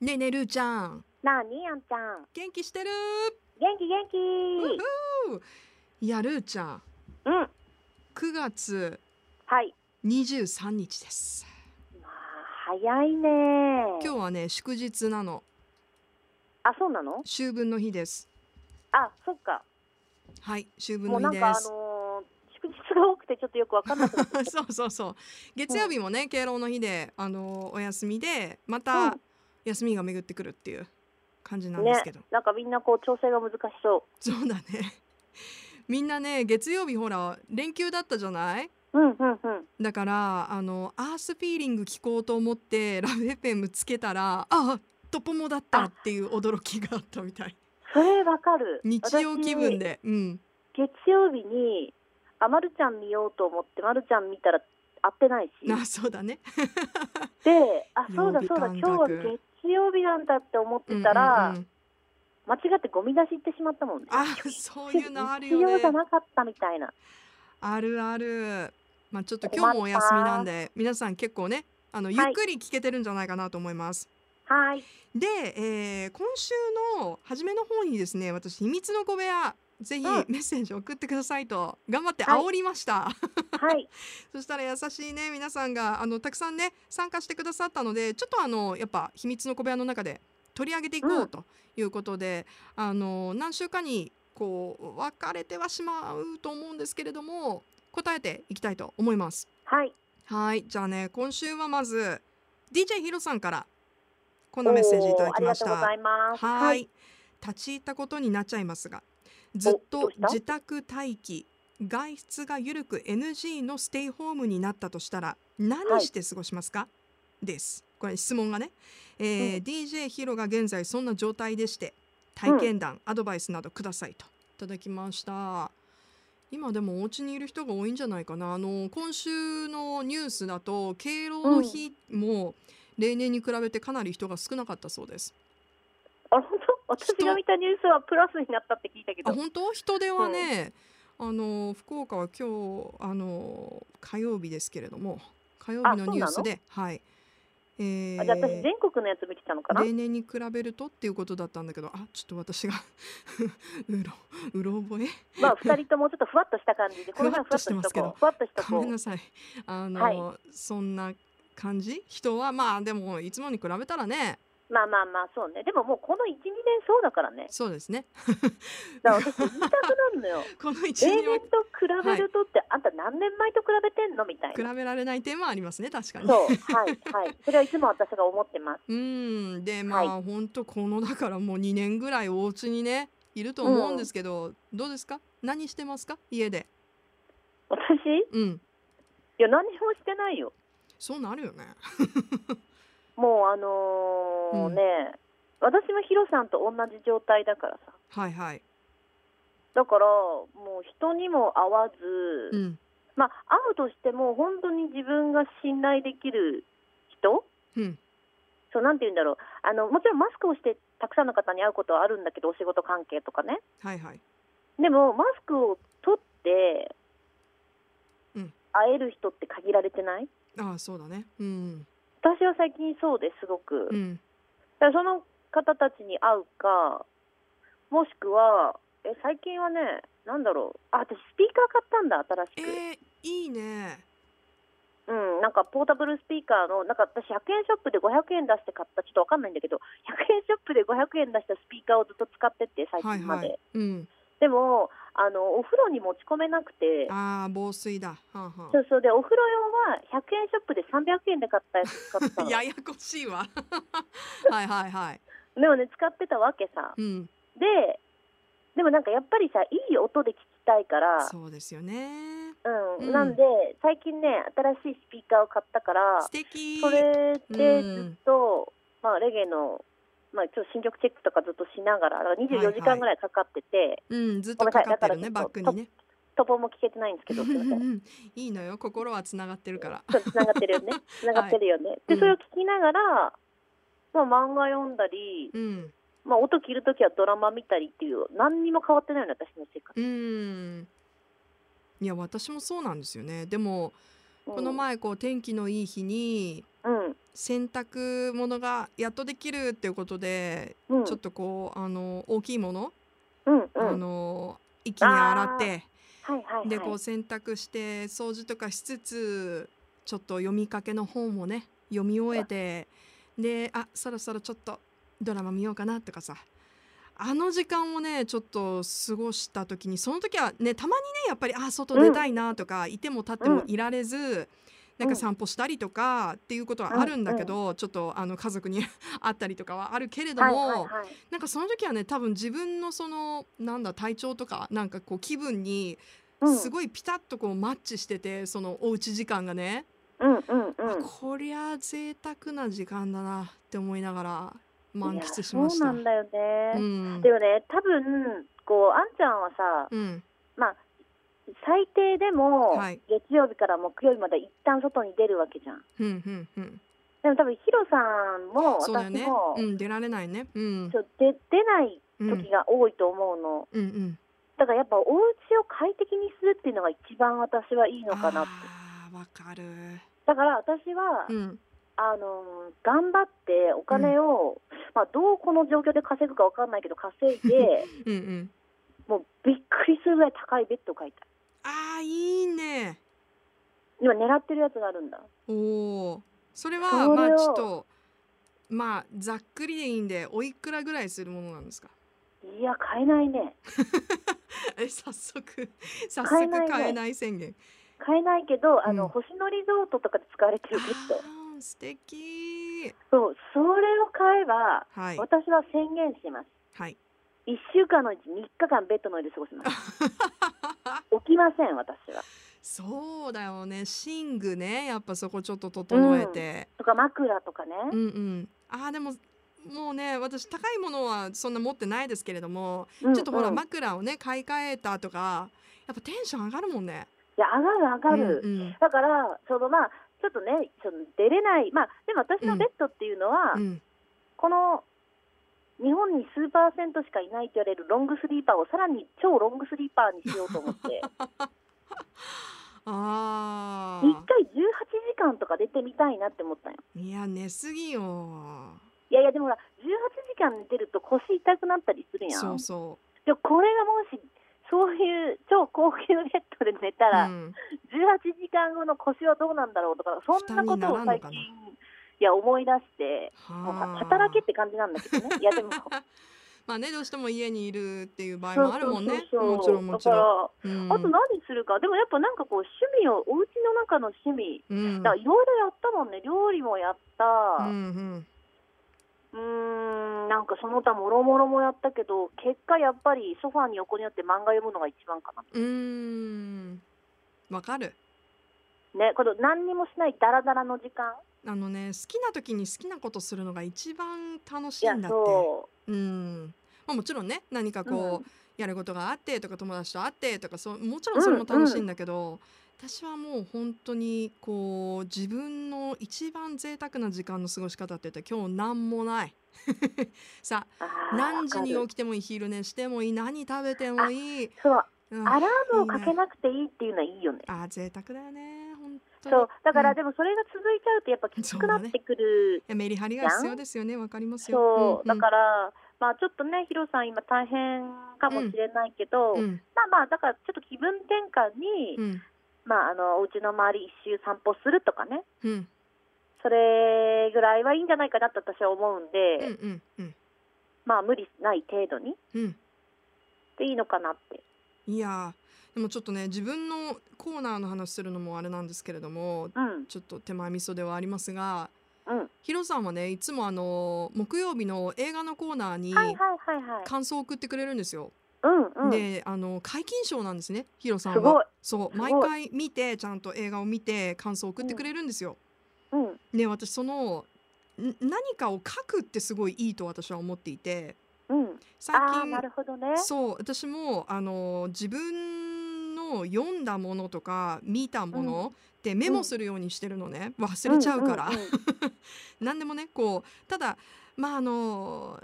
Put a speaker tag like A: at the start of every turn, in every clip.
A: ねえねえるーちゃん
B: なあ、にあんちゃん。
A: 元気してる
B: 元気元気。
A: うふういやるーちゃん
B: うん。
A: 9月
B: はい。
A: 23日です
B: まあ、早いね。
A: 今日はね祝日なの
B: あ、そうなの
A: 秋分の日です
B: あ、そっか。
A: はい秋分
B: も
A: の日
B: うなん
A: で
B: かあ
A: す
B: のー祝日が多くてちょっとよくわかんなく なっちゃった。
A: そうそうそう月曜日もね敬老の日であのお休みでま
B: う
A: た
B: ん
A: 休みが巡ってくるっていう感じなんですけど、
B: なんかみんなこう調整が難しそ。
A: そうだねみんなね月曜日ほら連休だったじゃないう
B: うんうんうん。
A: だからあのアースフィーリング聞こうと思ってラブ FM つけたらあトポモだったっていう驚きがあったみたい
B: それわかる。
A: 日曜気分でうん
B: 私。月曜日に、あ、まるちゃん見ようと思って、まるちゃん見たら合ってないし。
A: あそうだね
B: で、あ、そう
A: 曜
B: だ
A: 日
B: そうだ、
A: 短
B: 今
A: 冊
B: 日は月曜日なんだって思ってたら、
A: うんうんうん
B: 間違ってゴミ出し行ってしまったもんね。
A: あそういうのあるよ
B: 必要
A: ね
B: じゃなかったみたいな。
A: あるある。まあちょっと今日もお休みなんで皆さん結構ねあのゆっくり聞けてるんじゃないかなと思います。
B: はい。
A: で、えー今週の初めの方にですね私秘密の小部屋ぜひメ
B: うん
A: ッセージ送ってくださいと頑張って
B: はい
A: 煽りました、
B: はい。
A: そしたら優しいね皆さんがあのたくさんね参加してくださったのでちょっとあのやっぱ秘密の小部屋の中で取り上げていこ
B: う
A: うんということで、あの何週間にこう分かれてはしまうと思うんですけれども答えていきたいと思います。
B: はい。
A: はい、じゃあね、今週はまず DJ ヒロさんから こんなメッセージいただきました。
B: おーありがとうございます。
A: はい。立ち入ったことになっちゃいますが、ずっ
B: ど
A: と
B: うした
A: 自宅待機、外出がゆるく NG のステイホームになったとしたら何して過ごしますか、です。これ質問がね、えー
B: うん
A: DJ ヒロが現在そんな状態でして体験談、アドバイスなどくださいといただきました。今でもお家にいる人が多いんじゃないかなあの今週のニュースだと敬老の日も例年に比べてかなり人が少なかったそうです
B: あ、本当。私が見たニュースはプラスになったって聞いたけ
A: あ
B: ど。
A: 本当人出はね、あの福岡は今日あの火曜日ですけれども火曜日のニュースではい、えー
B: あじゃあ私全国のやつ見てたのかな。
A: 例年に比べるとっていうことだったんだけどあちょっと私が うろうろ覚え
B: まあ二人ともちょっとふわっとした感じで、この前
A: ふわっとしてますけど
B: ふわっとしと
A: ご
B: こう。
A: めん
B: ふ
A: な
B: わっとしと
A: さい
B: こ
A: あの、
B: はい
A: そんな感じ人はまあでもいつもに比べたらね
B: う。まあまあまあそうね。でももうこの一二年そうだからね。
A: そうですね
B: だから私言いたくなる のよ。
A: この一
B: 例
A: 年は
B: 年と比べるとって、あんた何年前と比べてんのみたいな。
A: 比べられない点はありますね確かに
B: そう。はいはい。それはいつも私が思ってます。
A: うんでまあ、
B: は
A: 本当このだからもう2年ぐらいお家にねいると思うんですけど、どうですか何してますか家で
B: 私い
A: うん
B: や何もしてないよ。
A: そうなるよね
B: もうあのー
A: うん
B: ね、私もヒロさんと同じ状態だからさ。
A: はいはい
B: だからもう人にも会わ
A: う
B: ず、
A: ん
B: まあ会うとしても本当に自分が信頼できる人、
A: うん
B: そうなんて言うんだろう。あのもちろんマスクをしてたくさんの方に会うことはあるんだけど、お仕事関係とかね。
A: はいはい
B: でもマスクを取って
A: うん
B: 会える人って限られてない。
A: ああそうだねうん
B: 私は最近そうですごく。
A: うん
B: だからその方たちに会うかもしくはえ最近はねなんだろうあ私スピーカー買ったんだ
A: え
B: 新
A: ー、い
B: し
A: いね
B: く、うんなんかポータブルスピーカーのなんか私100円ショップで500円出して買ったちょっとわかんないんだけど100円ショップで500円出したスピーカーをずっと使ってって最
A: はい
B: 近まで、
A: はいうん
B: でもあのお風呂に持ち込めなくて
A: ああ防水だはあ、は
B: そうそうでお風呂用は100円ショップで300円で買ったやつ使ってた
A: あ、
B: の
A: ややこし いわはいはいはい
B: でもね使ってたわけさ
A: うん
B: ででもなんかやっぱりさいい音で聞きたいから
A: そうですよね
B: うん
A: うん
B: なんで最近ね新しいスピーカーを買ったから
A: 素敵
B: それで
A: うん
B: ずっと、まあ、レゲエの、まあ、ちょっと新曲チェックとかずっとしながらだから
A: はいは
B: 24
A: い
B: 時間ぐらいかかってて、
A: うんずっとかかってるね
B: ごめんなさいだから
A: バックにね
B: トポも聞けてないんですけどすい ません
A: いいのよ心はつながってるから
B: そう繋がってるよね繋がってるよね、
A: うん
B: でそれを聞きながら、まあ、漫画読んだり、
A: うん
B: まあ、音切るときはドラマ見たりっていう何にも変わってないの私の生活、
A: うんいや私もそうなんですよねでも
B: うん
A: この前こう天気のいい日に
B: うん
A: 洗濯物がやっとできるっていうことで、
B: うん
A: ちょっとこうあの大きいもの、
B: うんうん
A: あの一気に洗って
B: はいはいはい
A: でこう洗濯して掃除とかしつつちょっと読みかけの本をね読み終えてであそろそろちょっとドラマ見ようかなとかさあの時間をねちょっと過ごした時にその時はねたまにねやっぱりあ外出たいなとか、いても立ってもいられず、なんか散歩したりとかっていうことはあるんだけど、ちょっとあの家族に 会ったりとかはあるけれども、
B: はいはいはい
A: なんかその時はね多分自分のそのなんだ体調とかなんかこう気分に
B: うん
A: すごいピタッとこうマッチしててそのおうち時間がね、
B: うんうんうん
A: こりゃ贅沢な時間だなって思いながら満
B: いや
A: 喫しました
B: そうなんだよ
A: う
B: ね、
A: ん
B: でもね多分こうあんちゃんはさ
A: うん
B: まあ最低でも
A: はい
B: 月曜日から木曜日まで一旦外に出るわけじゃん
A: うんうんうん
B: でも多分ヒロさんも
A: そうだよ
B: 私
A: ね
B: も、
A: うん出られないねうん
B: ちょ出出ない
A: うんうん
B: 時が多いと思うの、
A: うん
B: だからやっぱお家を快適にするっていうのが一番私はいいのかなって
A: あーわかる
B: だから私は、
A: うん
B: あのー頑張ってお金を、まあ、どうこの状況で稼ぐかわかんないけど稼い で
A: うんうん
B: もうびっくりするぐらい高いベッドを買いたい
A: あーいいね
B: 今狙ってるやつがあるんだ
A: おおそれは
B: それを
A: まあちょっとまあざっくりでいいんでおいくらぐらいするものなんですか
B: いや買えないね
A: え早速早
B: 買えない
A: 速
B: ね
A: 買えない宣言
B: 買えないけどあの、
A: うん
B: 星野リゾートとかで使われてるベッド
A: あー素敵
B: そうそれを買えば
A: はい
B: 私は宣言します
A: はい
B: 1週間のうち3日間ベッドの上で過ごします 起きません私は
A: そうだよね寝具ねやっぱそこちょっと整えて、
B: とか枕とかね、
A: うん、うんあーでももうね私高いものはそんな持ってないですけれども、ちょっとほら
B: うんうん
A: 枕をね買い替えたとかやっぱテンション上がるもんね
B: いや上がる上がる、
A: うんうん
B: だからそのまあちょっとねその出れないまあでも私のベッドっていうのは、
A: うん、
B: この日本に数パーセントしかいないと言われるロングスリーパーをさらに超ロングスリーパーにしようと思って
A: あ
B: 一回18時間とか出てみたいなって思ったんよ
A: あいや寝すぎよ
B: いやいやでもほら18時間寝てると腰痛くなったりするやん
A: そうそ
B: でもこれがもしそういう超高級ベッドで寝た
A: う、う
B: ら、
A: ん、
B: 18時間後の腰はどうなんだろうとかそんなこと
A: 負担になら
B: を最
A: んのか
B: 近
A: ない
B: や思い出してもう
A: は
B: は
A: あ
B: 働けって感じなんだけどねいやでも
A: まあねどうしても家にいるっていう場合 もあるもんね
B: そうそうそ
A: もちろ
B: う
A: んもち
B: だ
A: ろ
B: か
A: ん、うん、
B: らあと何するか、でもやっぱなんかこう趣味をお家の中の趣味
A: うん
B: だからいろいろやったもんね料理もやった
A: うんう
B: う
A: ん
B: ーんなんかその他もろもろもやったけど結果やっぱりソファーに横になって漫画読むのが一番かな
A: うーんわかる
B: ねこの何にもしないダラダラの時間
A: あのね好きな時に好きなことするのが一番楽し
B: い
A: い
B: や
A: んだって、
B: そう
A: んまあ、もちろんね何か
B: う、
A: こう、やることがあってとか友達と会ってとかそうもちろんそれも楽しいんだけど、私はもう本当にこう自分の一番贅沢な時間の過ごし方って言ったら今日何もない さ
B: あ
A: あ
B: ー
A: 何時に
B: わかる
A: 起きてもいい昼寝してもいい何食べてもいい、
B: そう
A: うん、
B: ア
A: あ
B: ラームをかけなくていいっていうのはいいよね
A: ー贅沢だよね本当に
B: そうだか
A: う
B: ら
A: ん
B: でもそれが続いちゃうとやっぱきつくなってくる
A: いやメリハリが必要ですよねわかりますよ
B: そう、だ
A: ら
B: から、まあ、ちょっとね、ヒロさん、今、大変かもしれないけど、
A: うん
B: まあまあ、だからちょっと気分転換に、
A: うん
B: まあ、あのお家の周り、一周散歩するとかね、
A: うん
B: それぐらいはいいんじゃないかなと私は思う
A: うん
B: ん
A: う
B: で、
A: んうん
B: まあ、無理ない程度に
A: うん
B: でいいのかなって。
A: いやーでもちょっとね自分のコーナーの話するのもあれなんですけれども
B: うん、
A: ちょっと手前味噌ではありますが
B: うん、
A: ヒロさんはねいつもあの木曜日の映画のコーナーに
B: はいはいはいはい。
A: 感想を送ってくれるんですよ。
B: うん、うん、
A: であの解禁賞なんですねヒロさん
B: すご。
A: はいそう
B: すごい
A: 毎回見てちゃんと映画を見て感想を送ってくれるんですよ。
B: うん、
A: で私そのん何かを書くってすごいいいと私は思っていて
B: うん、
A: 最
B: ああ、
A: 近
B: なるほどね。
A: そう私もあの自分の読んだものとか見たものってメモするようにしてるのね、忘れちゃうから、
B: んんん
A: 何でもねこうただまああの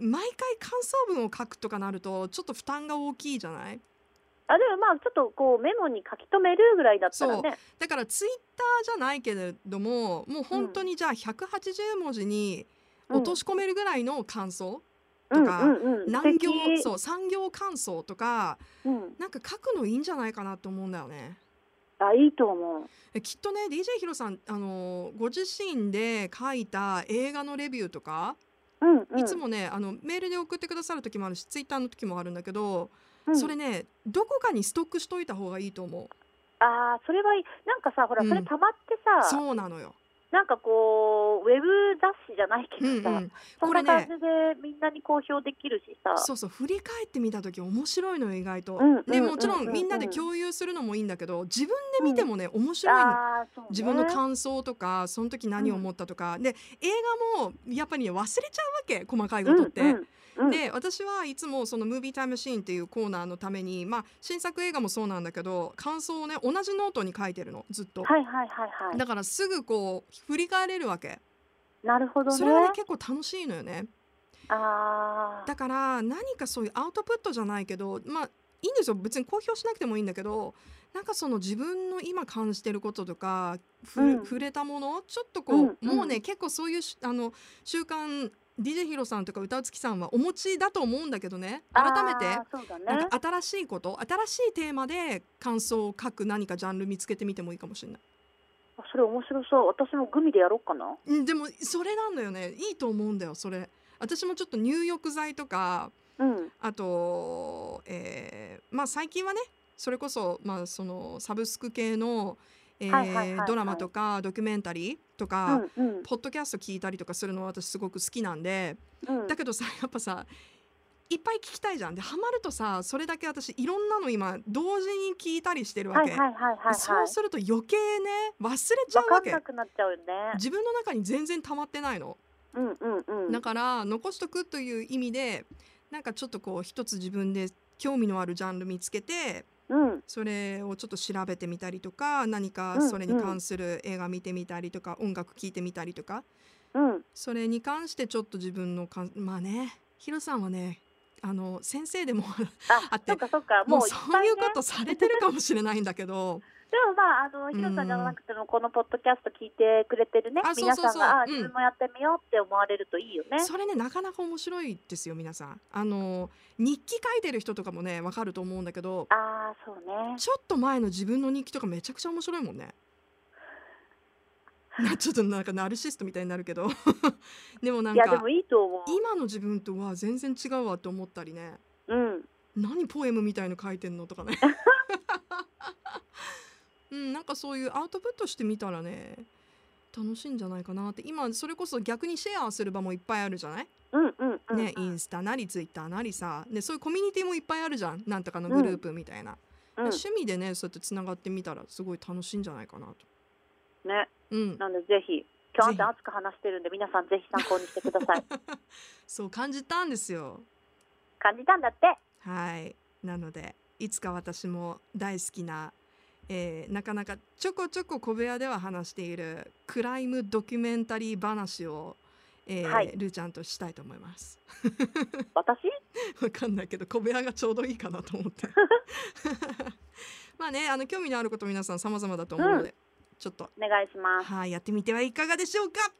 A: 毎回感想文を書くとかなるとちょっと負担が大きいじゃない
B: あでもまあちょっとこうメモに書き留めるぐらいだったらね
A: だからツイッターじゃないけれどももう本当にじゃあ180文字に
B: うん
A: 落とし込めるぐらいの感想、
B: うん
A: とか
B: うんうん
A: 何行
B: 素敵
A: そう産業感想とか
B: うん、
A: なんか書くのいいんじゃないかなと思うんだよね。
B: あいいと思う
A: えきっとね DJ ヒロさん、あのご自身で書いた映画のレビューとか、
B: うんうん、
A: いつもねあのメールで送ってくださる時もあるしツイッターの時もあるんだけど、
B: うん
A: それねどこかにストックしといた方がいいと思う。
B: ああそれはいいなんかさほら
A: うん
B: それたまってさ、
A: そうなのよ、
B: なんかこうウェブ雑誌じゃないけ
A: うんう
B: どさ、
A: ん、
B: そんな
A: これ
B: 感
A: ね
B: じでみんなに公表できるしさ
A: そうそう振り返ってみた時面白いのよ意外と、
B: うん
A: で
B: うん
A: もちろ
B: うん
A: ん
B: うん
A: みんなで共有するのもいいんだけど自分で見てもね、面白いの
B: ああそう、ね、
A: 自分の感想とかその時何を思ったとか、で映画もやっぱり、ね、忘れちゃうわけ細かいことって。
B: うんうんうん
A: で私はいつもその「ムービータイムシーン」っていうコーナーのために、まあ、新作映画もそうなんだけど感想をね同じノートに書いてるのずっと。
B: はいはいはいはい
A: だからすぐこう振り返れるわけ
B: なるほどね
A: それはね結構楽しいのよね
B: ああ
A: だから何かそういうアウトプットじゃないけどまあいいんですよ別に公表しなくてもいいんだけどなんかその自分の今感じてることとかふ、
B: うん
A: 触れたものちょっとこう、
B: うん
A: もう
B: う
A: ね結構そういうしあの習慣 DJ ヒロさんとか歌うつきさんはお持ちだと思うんだけどね改めて
B: あーそうだね
A: なんか新しいこと新しいテーマで感想を書く何かジャンル見つけてみてもいいかもしれない
B: あそれ面白そう私もグミでやろうかな
A: うんでもそれなんだよねいいと思うんだよそれ私もちょっと入浴剤とか
B: うん
A: あと、えーまあ、最近はねそれこそ,、まあ、そのサブスク系の、えー
B: はいはいはいはい
A: ドラマとかドキュメンタリーと
B: う
A: か、
B: んうん
A: ポッドキャスト聞いたりとかするの私すごく好きなんで
B: うん
A: だけどさ やっぱさいっぱい聞きたいじゃんでハマるとさそれだけ私いろんなの今同時に聞いたりしてるわ
B: はい
A: け、
B: はいはいはいはい
A: そうすると余計ね忘れちゃ
B: わ
A: う
B: か
A: わ
B: ん
A: け
B: なくなっちゃうよね
A: 自分の中に全然溜まってないの
B: うんうんうん
A: だから残しとくという意味でなんかちょっとこう一つ自分で興味のあるジャンル見つけて
B: うん
A: それをちょっと調べてみたりとか何かそれに関する映画見てみたりとか、音楽聴いてみたりとか
B: うん
A: それに関してちょっと自分のかんまあねヒロさんはねあの先生でもあ
B: あ
A: っ、て
B: そっかそっか、
A: も
B: も
A: う
B: ういっ
A: そ
B: ぱ
A: う
B: い
A: い
B: ね
A: うことされてるかもしれないんだけど
B: でもまあ、あの、ヒロさんじゃなくても、このポッドキャスト聞いてくれてるね
A: あ、そう
B: 皆
A: そう
B: さ
A: そ
B: ん
A: う
B: が、あ、
A: うん
B: 自分もやってみようって思われるといいよね。
A: それねなかなか面白いですよ皆さん。あの日記書いてる人とかもねわかると思うんだけど
B: ああ、そうね。
A: ちょっと前の自分の日記とかめちゃくちゃ面白いもんね。 なちょっとなんかナルシストみたいになるけど でもなん
B: いや、で
A: か
B: もいいと思う。
A: 今の自分とは全然違うわと思ったりね
B: うん。
A: 何ポエムみたいの書いてんのとかね うんなんかそういうアウトプットしてみたらね楽しいんじゃないかなって今それこそ逆にシェアする場もいっぱいあるじゃない、
B: うんうんうん。
A: ねインスタなりツイッターなりさでそういうコミュニティもいっぱいあるじゃんなんとかのグループみたいな、
B: うん。
A: 趣味でねそうやってつながってみたらすごい楽しいんじゃないかなと。
B: ね。
A: うん、
B: なんで、ぜひ、今日あんた熱く話してるんで、皆さんぜひ参考にしてください。
A: そう感じたんですよ。
B: 感じたんだって。
A: はいなのでいつか私も大好きな、えーなかなかちょこちょこ小部屋では話しているクライムドキュメンタリー話を、えー
B: はい
A: ルーちゃんとしたいと思います。
B: 私
A: わかんないけど小部屋がちょうどいいかなと思って まあねあの興味のあること皆さん様々だと思うので、ちょっと
B: お願いします。
A: はいやってみてはいかがでしょうか